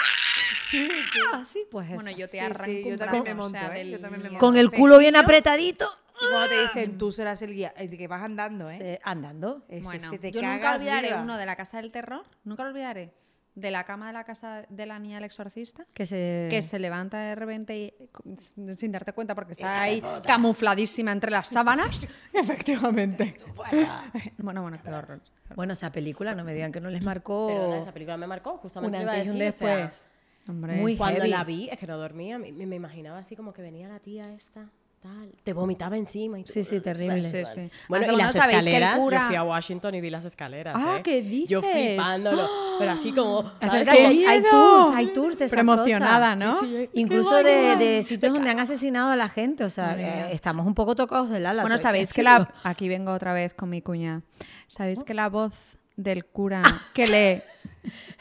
S2: así pues
S3: Bueno,
S2: esa.
S3: yo
S4: Sí,
S3: te
S4: sí,
S3: arranco
S4: yo
S3: un
S4: también
S3: brazo,
S4: me
S3: o sea,
S4: monto, ¿eh?
S3: del
S4: Yo también me
S3: miedo.
S4: monto.
S2: con el culo bien
S4: Pepino.
S2: apretadito
S4: Y cuando te dicen, tú serás el guía, el que vas andando, ¿eh?
S2: se- andando.
S4: Ese
S3: Bueno,
S4: se te
S3: yo nunca
S4: cagas
S3: olvidaré
S4: viva.
S3: uno de la Casa del Terror, nunca lo olvidaré. de la cama de la casa de la niña del exorcista
S2: Que se...
S3: que se levanta de repente y- sin darte cuenta porque está ahí camufladísima entre las sábanas. (laughs) Efectivamente. (laughs) bueno, bueno, qué horror.
S2: Bueno, esa película, no me digan que no les
S1: Perdona,
S2: marcó
S1: esa película me marcó, justamente
S2: un
S1: iba a
S2: antes y un
S1: decir, o sea,
S2: después.
S3: Hombre.
S2: Muy
S1: Cuando
S2: heavy.
S1: la vi, es que no dormía, me, me imaginaba así como que venía la tía esta, tal, te vomitaba encima y tú-
S2: Sí, sí, terrible.
S3: Sí, sí.
S1: Bueno,
S3: Además,
S1: y las
S3: no sabéis que el
S1: escaleras,
S3: cura-
S1: yo fui a Washington y vi las escaleras,
S3: Ah,
S1: ¿eh?
S3: ¿qué
S1: Yo
S3: dices?
S1: flipándolo,
S2: (gasps)
S1: pero así como...
S3: Es
S1: ¿sabes?
S3: verdad
S1: Como-
S3: que
S2: hay, hay
S3: miedo!
S2: tours, hay tours de esas
S3: Pero emocionada,
S2: cosas.
S3: ¿no?
S2: Sí, sí,
S3: Qué
S2: Incluso
S3: guay,
S2: de,
S3: guay.
S2: de sitios donde han asesinado a la gente. O sea, eh, estamos un poco tocados del ala.
S3: Bueno,
S2: todo hay
S3: sabéis
S2: (laughs)
S3: que
S2: decirlo.
S3: la... Aquí vengo otra vez con mi cuña. ¿Sabéis que la voz del cura que le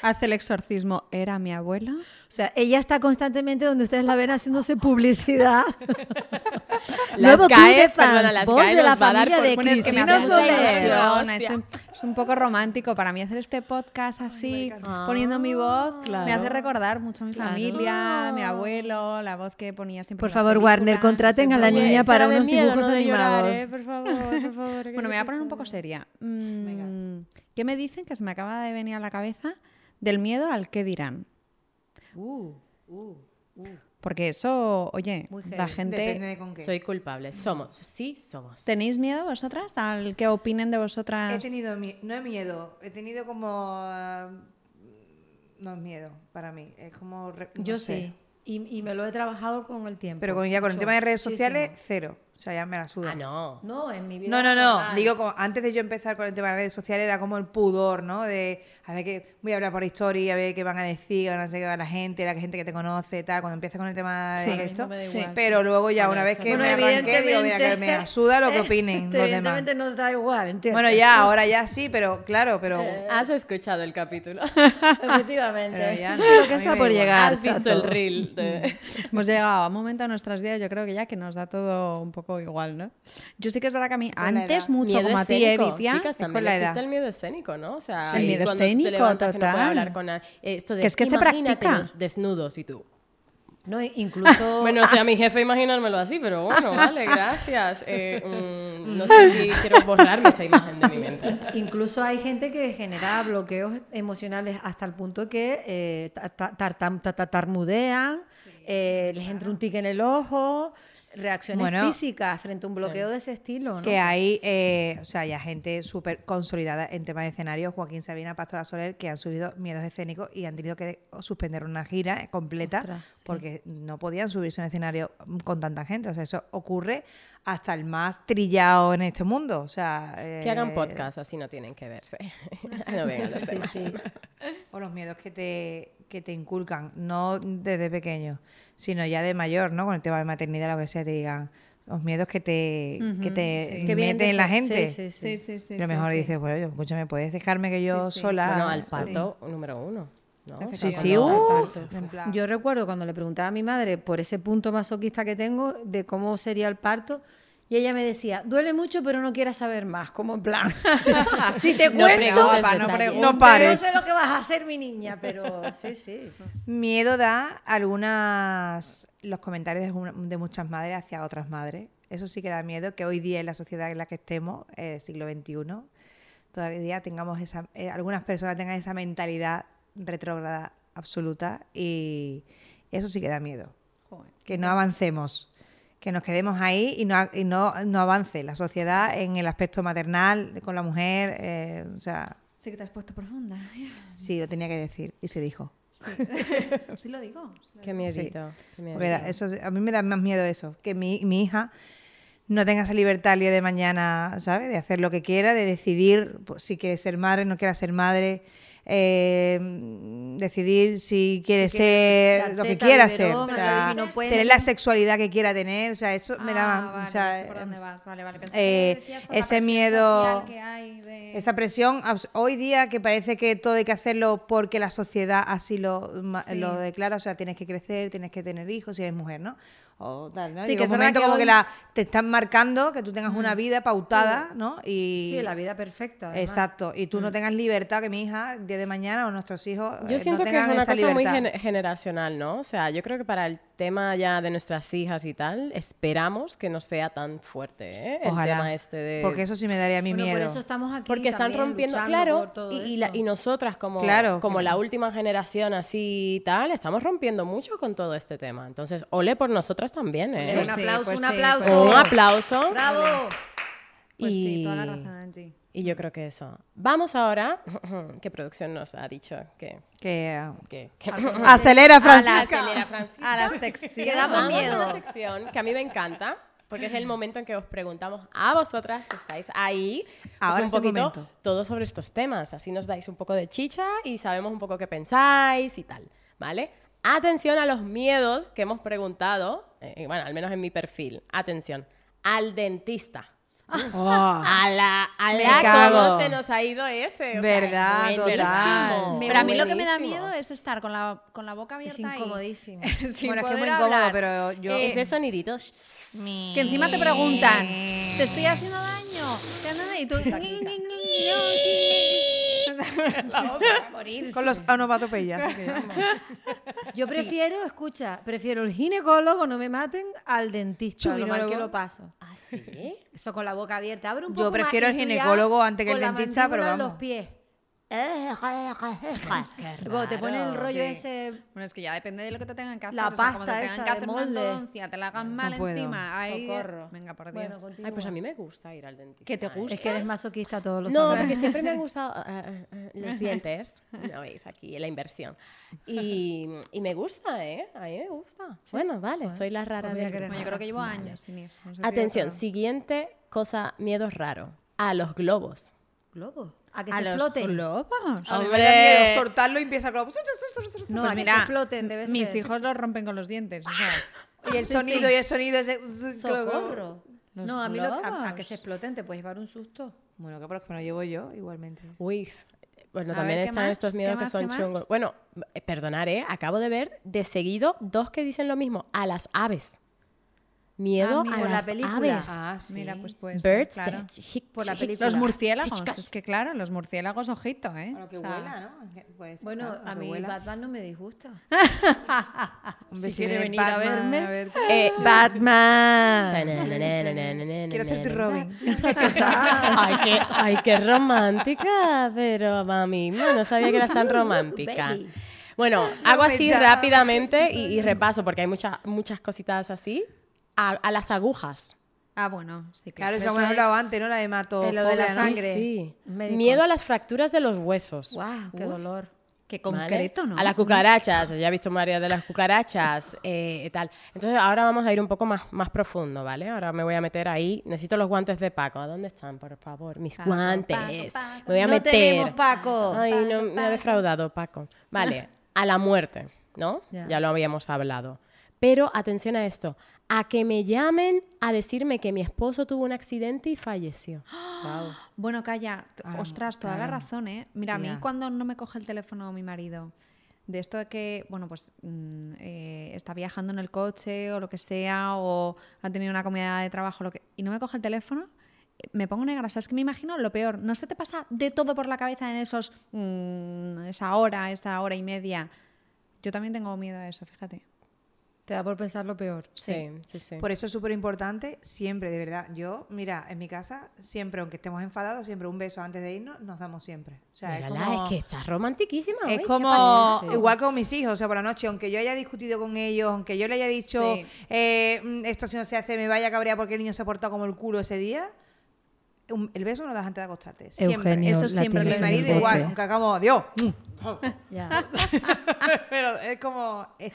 S3: hace el exorcismo era mi abuela?
S2: O sea, ella está constantemente donde ustedes la ven
S1: (laughs)
S2: haciéndose publicidad.
S1: Las
S2: Nuevo tour
S1: GAE,
S2: de fans,
S1: perdona, las
S2: voz
S1: GAE
S2: de la
S1: nos va a dar
S2: familia
S1: por- Bueno,
S2: de
S1: es que me
S2: Cristina
S1: hace mucha
S2: Soler.
S1: ilusión.
S3: Es
S1: Hostia.
S3: un, es un poco romántico para mí hacer este podcast así, poniendo mi voz, me hace recordar mucho a mi familia, mi abuelo, la voz que ponía siempre.
S2: Por
S3: en las
S2: favor, Warner,
S3: películas,
S2: contraten a la
S3: siempre-
S1: Oye,
S2: niña para
S1: échala de
S2: unos
S1: miedo,
S2: dibujos
S1: no de llorar,
S2: animados.
S1: ¿eh? Por favor, por
S2: (laughs)
S1: favor. que
S3: Bueno, me voy
S1: yo
S3: a poner un poco seria. Mm, ¿Qué me dicen que se me acaba de venir a la cabeza del miedo al qué dirán? Porque eso, oye,
S4: Depende
S3: la gente...
S4: de con qué.
S1: Soy culpable. Somos. Sí, somos.
S3: ¿Tenéis miedo vosotras al que opinen de vosotras?
S4: He tenido, mi- no he miedo, he tenido como... ah, no es miedo para mí, es como... re- no
S2: Yo
S4: sé.
S2: sí. Y, y me lo he trabajado con el tiempo.
S4: Pero con, ya con el
S2: Mucho,
S4: tema de redes
S2: muchísimo.
S4: sociales, cero. O sea, ya me la suda.
S1: Ah,
S2: (laughs)
S1: no.
S2: No, en mi vida.
S4: No, no, no.
S2: normal.
S4: Digo, como antes de yo empezar con el tema de las redes sociales, era como el pudor, ¿no? De a ver qué voy a hablar por historia, a ver qué van a decir, qué van a decir a la gente, la gente que te conoce, tal. Cuando empiezas con el tema de
S2: Sí, a mí
S4: esto.
S2: no me da
S4: Sí.
S2: igual.
S4: Pero luego, ya una vez que
S2: Bueno,
S4: me arranqué, digo, mira, que me
S2: evidentemente- eh,
S4: asuda lo que opinen los
S2: (laughs)
S4: demás.
S2: Evidentemente nos da igual, ¿entiendes?
S4: Bueno, ya, ahora ya sí, pero claro, pero.
S2: Eh,
S1: Has escuchado el
S2: (laughs)
S1: capítulo.
S2: Efectivamente.
S4: Pero ya no,
S2: Lo
S4: a mí
S2: que está
S4: me da
S2: por
S4: igual.
S2: llegar.
S1: Has visto
S2: chato.
S1: el reel de...
S3: Hemos llegado a un momento en nuestras vidas, yo creo que ya que nos da todo un poco igual, ¿no? Yo sí que es verdad que a mí antes mucho,
S1: Miedo
S3: como a ti,
S1: escénico.
S3: Evitia,
S1: Chicas,
S4: con
S1: también
S4: la
S1: existe
S4: edad.
S1: el miedo escénico, ¿no? O sea,
S3: El miedo
S1: cuando tú te
S3: escénico,
S1: levantas que no puedes
S3: total.
S1: hablar con nadie. Esto de,
S3: Que es que se
S1: imagínate
S3: practica.
S1: los desnudos y tú.
S2: No, incluso.
S1: Bueno, o sea, mi jefe imaginármelo así, pero bueno, vale, gracias. Eh, mm, no sé si quiero borrarme esa imagen de mi
S3: Eh.
S1: mente.
S2: Incluso hay gente que genera bloqueos emocionales hasta el punto que eh, ta- ta- tartam- ta- tatarmudean, eh, les entra un tic en el ojo, reacciones
S4: Bueno.
S2: físicas frente a un bloqueo de ese estilo. ¿no?
S4: Que hay, eh, o sea, ya gente súper consolidada en temas de escenario, Joaquín Sabina, Pastora Soler, que han subido miedos escénicos y han tenido que suspender una gira completa
S2: Ostras, sí.
S4: porque no podían subirse a un escenario con tanta gente. O sea, eso ocurre hasta el más trillado en este mundo. O sea,
S1: Que hagan
S4: eh,
S1: podcast, así no tienen que verse. (laughs) no vengan los
S2: Sí,
S1: demás.
S2: sí.
S4: O los miedos que te, que te inculcan, no desde pequeño, sino ya de mayor, ¿no? Con el tema de maternidad, lo que sea, te digan. Los miedos que te, que te
S2: Que vienen
S4: meten en la
S2: desde-
S4: gente.
S2: Sí, sí, sí.
S4: lo mejor dices, bueno, yo, escúchame, ¿puedes dejarme que yo
S3: Sí, sí.
S4: sola...?
S1: Bueno, al parto número uno. ¿no?
S4: Sí,
S1: Cuando
S4: sí,
S1: al
S4: uh,
S1: parto.
S4: en plan,
S2: Yo recuerdo cuando le preguntaba a mi madre por ese punto masoquista que tengo de cómo sería el parto. Y ella me decía, duele mucho, pero no quieras saber más, como en plan. (laughs) si
S1: (laughs)
S2: te
S1: No
S2: cuento,
S1: preguntes
S2: papá, no
S1: detalles.
S2: preguntes.
S4: No pares.
S2: sé lo que vas a hacer, mi niña, pero
S1: (laughs)
S2: sí, sí.
S4: Miedo da algunas... Los comentarios de, una- de muchas madres hacia otras madres. Eso sí que da miedo, que hoy día en la sociedad en la que estemos, eh, siglo XXI, todavía tengamos esa... eh, algunas personas tengan esa mentalidad retrógrada absoluta y eso sí que da miedo. que no avancemos, que nos quedemos ahí y no, y no, no avance la sociedad en el aspecto maternal con la mujer. eh, o sea,
S3: Sí que te has puesto profunda.
S4: sí, lo tenía que decir y se dijo.
S3: Sí lo digo.
S1: Qué miedito. Qué miedito.
S4: Porque da- eso, a mí me da más miedo eso, que mi, mi hija no tenga esa libertad el día de mañana, ¿sabes? De hacer lo que quiera, de decidir pues, si quiere ser madre, no quiera ser madre, eh, decidir si quiere
S2: Si quiere
S4: ser lo que
S2: teta,
S4: quiera ser,
S2: biberón,
S4: o sea,
S2: hacer y no puede. Ah,
S4: tener la sexualidad que quiera tener, o sea, eso me da más... o sea,
S3: ¿por
S4: em,
S3: dónde vas? Vale, vale.
S4: eh, ese miedo-
S2: eh,
S3: Que hay de...
S4: Esa presión abs- hoy día que parece que todo hay que hacerlo porque la sociedad así lo, ma-
S3: Sí.
S4: lo declara, o sea, tienes que crecer, tienes que tener hijos si eres mujer, ¿no? o tal, ¿no?
S2: Sí,
S4: Llega
S2: que
S4: un
S2: es verdad
S4: momento
S2: que
S4: como
S2: hoy-
S4: que la, te están marcando que tú tengas una vida pautada, ¿no? Y,
S2: Sí, la vida perfecta. además.
S4: Exacto, y tú no tengas libertad que mi hija, el día de mañana, o nuestros hijos eh,
S1: Yo siento
S4: no
S1: que es
S4: tengan
S1: una
S4: esa
S1: cosa
S4: libertad.
S1: muy gen- generacional, ¿no? O sea, yo creo que para el tema ya de nuestras hijas y tal, esperamos que no sea tan fuerte, ¿eh? El
S4: Ojalá.
S1: tema este de...
S4: Porque eso sí me daría a mí
S2: Bueno,
S4: miedo.
S2: por eso estamos aquí.
S1: Porque están
S2: también
S1: rompiendo,
S2: luchando
S1: claro,
S2: por todo
S1: y, y la-
S2: eso.
S1: y nosotras como,
S4: Claro.
S1: como la última generación así y tal, estamos rompiendo mucho con todo este tema. Entonces, ole por nosotras también, ¿eh?
S2: Sí,
S3: Pues
S2: un
S3: sí,
S2: aplauso, un
S3: pues sí, pues
S2: aplauso.
S1: Un aplauso.
S2: ¡Bravo!
S3: Pues sí,
S1: Y-
S3: toda la razón, Angie.
S1: Y yo creo que eso. Vamos ahora, (clears throat) que producción nos ha dicho que...
S4: Que, eh,
S1: que- que- (laughs)
S4: Acelera,
S1: la
S4: Francisca.
S1: acelera, Francisca.
S3: A la sección.
S2: Quedamos
S1: Vamos a
S2: miedo.
S1: una sección que a mí me encanta, porque es el momento en que os preguntamos a vosotras que estáis ahí, pues
S4: Ahora
S1: un
S4: es el
S1: poquito
S4: momento.
S1: todo sobre estos temas. Así nos dais un poco de chicha y sabemos un poco qué pensáis y tal, ¿vale? Atención a los miedos que hemos preguntado, eh, bueno, al menos en mi perfil. Atención, al dentista. (laughs)
S4: Oh,
S1: A la, a
S4: Me
S1: la
S4: cago.
S1: cómo se nos ha ido ese. o sea,
S4: Verdad,
S1: es
S4: total.
S1: buenísimo,
S4: Me
S3: Pero a mí lo que me da
S1: buenísimo.
S3: miedo es estar con la, con la boca abierta.
S2: Es
S3: y-
S2: incomodísimo.
S3: (laughs) sin
S4: Bueno, es que es muy
S3: poder
S4: incómodo,
S3: hablar.
S4: pero yo...
S3: Eh,
S1: Ese sonidito.
S3: Que encima te preguntan, te estoy haciendo daño. ¿Te andan- Y tú, "Ni, ni, ni, ni, ni".
S2: Morirse.
S4: Con los onomatopeyas.
S2: (laughs)
S4: que llaman.
S2: Yo prefiero, escucha, prefiero el ginecólogo, no me maten, al dentista, lo mal
S4: Chuminólogo.
S2: que lo paso.
S1: ¿Ah, sí?
S2: Eso con la boca abierta. Abre un
S4: Yo
S2: poco más
S4: prefiero
S2: y
S4: el
S2: tú ya
S4: ginecólogo antes que
S2: con
S4: el
S2: la
S4: dentista, pero
S2: mandíbula en
S4: vamos.
S2: los pies. Luego te pone el
S1: raro,
S2: rollo
S4: sí.
S2: ese...
S3: Bueno, es que ya depende de lo que te tengan que hacer.
S2: La
S3: o sea, como
S2: pasta
S3: te
S2: esa
S3: tengan
S2: de
S3: que hacer una
S2: molde.
S3: endodoncia, te la hagan mal
S4: puedo.
S3: encima. Ahí,
S2: Socorro.
S3: Bueno, por Dios.
S2: Bueno, continúa.
S1: Ay, pues a mí me gusta ir al dentista.
S3: Que te
S1: ¿eh?
S3: gusta.
S2: Es que eres masoquista todos los
S1: No,
S2: (laughs)
S1: porque siempre me han gustado eh, eh, eh, los dientes. (laughs) No veis aquí la inversión. Y, y me gusta, ¿eh? A mí me gusta. Bueno, vale, soy la rara
S2: pues mira
S1: del
S2: que eres
S1: grupo.
S3: yo creo que llevo años sin ir. no sé si
S1: Atención,
S3: recuerdo.
S1: siguiente cosa, miedo raro. A los globos.
S2: Globos. A que
S3: A
S2: se
S3: los
S2: exploten.
S3: globos.
S4: A mí me
S1: Hombre.
S4: da miedo soltarlo y empieza como...
S2: No,
S3: Pues
S2: a que
S3: mira,
S2: se exploten, debe
S3: Mis
S2: ser.
S3: hijos los rompen con los dientes. o
S2: (laughs)
S3: sea,
S4: Y el sonido, y el sonido ese...
S2: Socorro.
S3: Los
S2: No, a mí lo- a, a que
S3: globos.
S2: se exploten te puedes llevar un susto.
S4: Bueno, que pero es que me lo llevo yo igualmente.
S1: Uy, bueno,
S3: A
S1: también
S3: ver, ¿qué
S1: están
S3: más?
S1: estos
S3: ¿Qué
S1: miedos que
S3: más?
S1: son
S3: ¿Qué
S1: chungos.
S3: más?
S1: Bueno, eh, perdonar, ¿eh? Acabo de ver de seguido dos que dicen lo mismo. A las aves. Miedo
S2: Ah, mira,
S1: a
S2: por la
S1: las
S2: película.
S1: aves.
S4: Ah, sí.
S3: Mira, pues pues.
S1: Birds
S3: claro.
S1: de Hitch-
S2: Por la
S1: Hitch-
S2: película.
S3: Los murciélagos.
S1: Hitchcock.
S3: Es que claro, los murciélagos, ojito, ¿eh?
S4: A lo que
S3: O sea,
S4: huela, ¿no? Puede ser,
S2: Bueno,
S4: claro, lo
S2: a
S4: que
S2: mí
S4: huela.
S2: Batman no me disgusta.
S4: Hombre,
S2: si quiere
S4: viene
S2: venir a
S4: Batman
S2: verme.
S4: verte.
S1: Eh,
S3: (laughs)
S2: Batman.
S1: Tananananananananana.
S4: Quiero ser tu Robin.
S2: (laughs)
S1: Ay, qué, ay, qué romántica, pero mami, no no sabía que eras
S2: (laughs)
S1: tan romántica. Bueno, hago así
S4: ya.
S1: rápidamente y, y repaso porque hay muchas muchas cositas así. A, a las agujas.
S3: Ah, bueno, sí,
S4: Claro,
S3: claro.
S4: eso hemos hablado antes, ¿no? La de mato.
S2: En lo Pues de la
S1: Sí,
S2: sangre.
S1: sí.
S2: Médicos.
S1: Miedo a las fracturas de los huesos.
S2: ¡Guau! ¡Qué dolor!
S3: Qué
S1: ¿vale?
S3: concreto, ¿no?
S1: A las cucarachas, ya he visto varias de las cucarachas, (laughs) eh, tal. Entonces ahora vamos a ir un poco más, más profundo, ¿vale? Ahora me voy a meter ahí. Necesito los guantes de Paco. ¿A dónde están, por favor? Mis
S3: Paco,
S1: guantes.
S3: Paco, Paco.
S1: Me voy a
S2: no
S1: meter.
S2: tenemos Paco.
S1: Ay, no, me ha defraudado, Paco. Vale, a la muerte, ¿no?
S2: Ya.
S1: Ya lo habíamos hablado. Pero atención a esto, a que me llamen a decirme que mi esposo tuvo un accidente y falleció. Guau.
S3: Bueno, calla. t-
S4: Ah,
S3: Ostras, toda la
S4: claro.
S3: razón, ¿eh? Mira, a
S4: Ya.
S3: mí cuando no me coge el teléfono mi marido, de esto de que, bueno, pues mm, eh, está viajando en el coche o lo que sea, o ha tenido una comida de trabajo lo que, y no me coge el teléfono, eh, me pongo negra. O sea, es que me imagino lo peor. ¿No se te pasa de todo por la cabeza en esos, mm, esa hora, esa hora y media? Yo también tengo miedo a eso, fíjate.
S2: Te da por pensar lo peor.
S1: Sí, sí, sí.
S4: Por eso es súper importante, siempre, de verdad. Yo, mira, en mi casa, siempre, aunque estemos enfadados, siempre un beso antes de irnos, nos damos siempre. O sea,
S1: Mírala,
S4: es como...
S1: es que estás romantiquísima. hoy,
S4: Es
S1: qué
S4: como
S1: parece.
S4: igual con mis hijos, o sea, por la noche, aunque yo haya discutido con ellos, aunque yo le haya dicho
S3: Sí.
S4: eh, mm, esto si no se hace, me vaya a cabrear porque el niño se ha portado como el culo ese día, un- el beso no lo das antes de acostarte. Siempre.
S2: Eugenio,
S3: eso
S2: la
S3: siempre.
S2: tienes
S4: Mi
S2: en
S4: marido
S2: el
S4: igual,
S2: bote.
S4: aunque hagamos Dios.
S1: (laughs)
S4: mm,
S2: Ya.
S4: (laughs) Pero es como.
S1: (laughs)
S4: eh,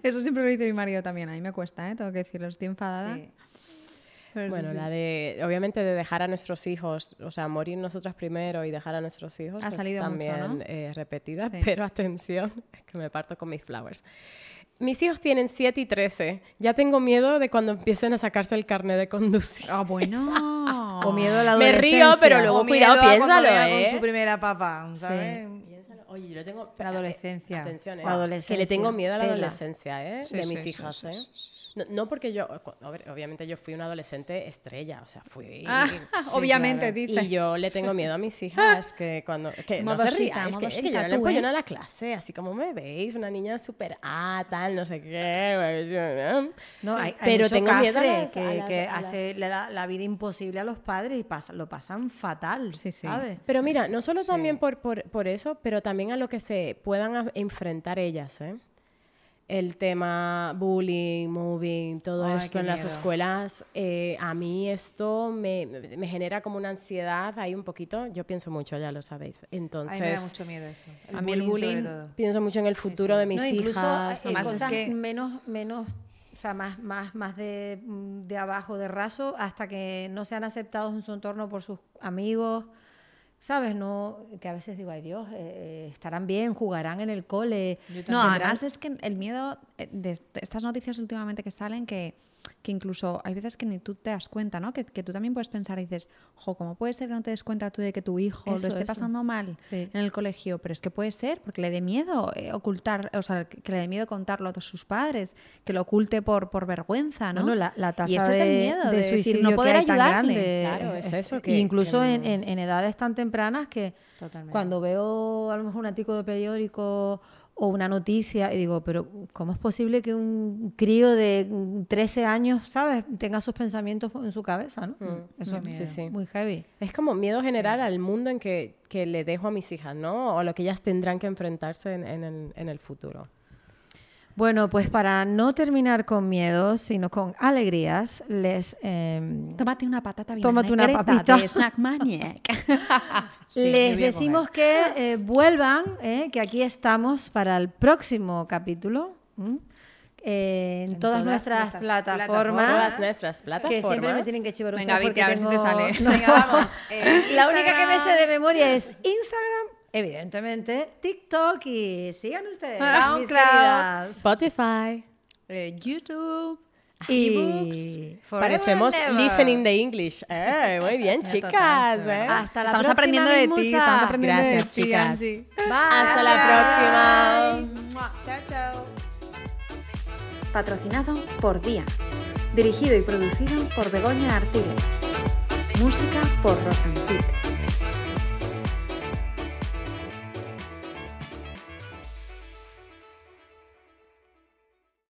S3: Eso siempre lo dice mi marido también. A mí me cuesta, ¿eh? Tengo que decirlo. Estoy enfadada.
S4: sí.
S1: Bueno, la de, obviamente, de dejar a nuestros hijos, o sea, morir nosotras primero y dejar a nuestros hijos,
S3: Ha
S1: es
S3: salido mucho,
S1: también
S3: ¿no?
S1: eh, repetida,
S3: Sí.
S1: pero atención, (laughs) es que me parto con mis flowers. Mis hijos tienen 7 y 13, ya tengo miedo de cuando empiecen a sacarse el carnet de conducir.
S3: Ah, bueno.
S2: (laughs) O miedo a la
S1: Me río,
S2: adolescencia.
S1: pero luego-
S4: O
S1: cuidado,
S4: miedo a cuando
S1: piénsalo,
S4: vea
S1: ¿eh?
S4: Con su primera papá, ¿sabes?
S1: Piénsalo. Oye, yo le tengo.
S4: La adolescencia.
S1: Atención, eh.
S2: La adolescencia,
S1: Que le tengo miedo a la
S2: tela.
S1: adolescencia, ¿eh?
S4: Sí,
S1: de
S4: sí,
S1: mis
S4: sí,
S1: hijas,
S4: sí,
S1: ¿eh?
S4: sí, sí, sí.
S1: No, no porque yo. a ver, Obviamente yo fui una adolescente estrella, o sea, fui.
S3: Ah, obviamente, dice.
S1: Y yo le tengo miedo a mis hijas que cuando. Que no se
S3: Modosita,
S1: ría, es que, es que yo
S3: modosita
S1: era la
S3: tú, ¿eh?
S1: empollona de la clase, así como me veis, una niña súper ah, tal, no sé qué. pues,
S2: No, hay, hay
S1: Pero
S2: mucho
S1: tengo miedo a
S2: cafre
S1: las-
S2: que,
S1: a las-
S2: que
S1: a las-
S2: hace la, la vida imposible a los padres y pasa- lo pasan fatal,
S3: Sí, sí.
S2: ¿sabes?
S1: Pero mira, no solo también por, por, por eso, pero también a lo que se puedan a- enfrentar ellas, ¿eh? El tema bullying, moving, todo
S4: Ay,
S1: esto
S4: qué
S1: en las
S4: miedo.
S1: escuelas, eh, a mí esto me, me genera como una ansiedad ahí un poquito. Yo pienso mucho, ya lo sabéis.
S4: A
S1: Entonces,
S4: mí me da mucho miedo eso.
S2: a mí el bullying-
S4: sobre todo.
S1: pienso mucho en el futuro de mis
S2: No, incluso
S1: hijas.
S2: eh,
S1: en-
S3: Además, es
S2: cosas
S3: que-
S2: menos, menos, o sea, más, más, más de, de abajo de raso hasta que no sean aceptados en su entorno por sus amigos, ¿sabes? No, que a veces digo, ay Dios, eh, eh, estarán bien, jugarán en el cole.
S3: No,
S2: tendrán-
S3: además es que el miedo eh, de est- estas noticias últimamente que salen, que, que incluso hay veces que ni tú te das cuenta, ¿no? Que, que tú también puedes pensar y dices, jo, ¿cómo puede ser que no te des cuenta tú de que tu hijo
S2: Eso,
S3: lo esté
S2: eso.
S3: pasando mal
S2: Sí.
S3: en el colegio? Pero es que puede ser, porque le dé miedo eh, ocultar, o sea, que que le dé miedo contarlo a sus padres, que lo oculte por, por vergüenza, ¿no?
S2: Bueno, la, la tasa
S3: y eso
S2: de,
S3: es el miedo,
S2: de
S3: de decir,
S2: suicidio
S3: no poder
S2: que hay tan
S3: ayudarle.
S2: grande,
S1: Claro, es eso, que-
S2: incluso
S1: que
S2: en,
S1: no-
S2: en- en edades tan tempranas que
S3: Totalmente.
S2: cuando veo a lo mejor un artículo de periódico o una noticia y digo, pero ¿cómo es posible que un crío de 13 años, sabes, tenga sus pensamientos en su cabeza, no?
S1: Mm.
S2: Eso
S1: sí,
S2: es
S1: sí.
S2: muy heavy.
S1: Es como miedo general al mundo en que, que le dejo a mis hijas, ¿no? O a lo que ellas tendrán que enfrentarse en- en el- en el futuro.
S2: Bueno, pues para no terminar con miedos, sino con alegrías, les em,
S3: Tómate una patata bien
S2: Tómate una
S3: negreta
S2: papita.
S3: de Snack Maniac.
S2: (laughs)
S4: Sí, yo
S2: Les
S4: voy a
S2: decimos que eh, vuelvan, eh, que aquí estamos para el próximo capítulo. ¿m? Eh, en,
S4: En
S2: todas,
S4: todas
S2: nuestras,
S4: nuestras
S2: plataformas.
S1: todas
S4: plataformas.
S1: nuestras plataformas.
S2: Que siempre me tienen que chivar ustedes
S3: Venga, Vicky,
S2: porque
S3: a ver si te
S2: tengo- (laughs)
S3: sale.
S2: No.
S4: Venga, vamos. Eh,
S2: La única que me
S4: Instagram.
S2: sé de memoria es Instagram, evidentemente, TikTok y sigan ustedes. mis
S4: SoundCloud.
S2: queridas.
S1: Spotify.
S2: Eh,
S3: YouTube.
S2: Y forever
S1: Parecemos
S2: never.
S1: listening the English. Eh, muy bien, chicas. eh.
S2: Hasta la
S3: estamos
S2: próxima,
S3: aprendiendo
S2: mis
S3: de ti,
S2: musas.
S3: estamos aprendiendo
S1: Gracias,
S3: de ti,
S1: chicas.
S3: Angie.
S2: Bye.
S1: Hasta la próxima.
S4: Chao, chao.
S5: patrocinado por Día, dirigido y producido por Begoña Artiles, música por Rosantic.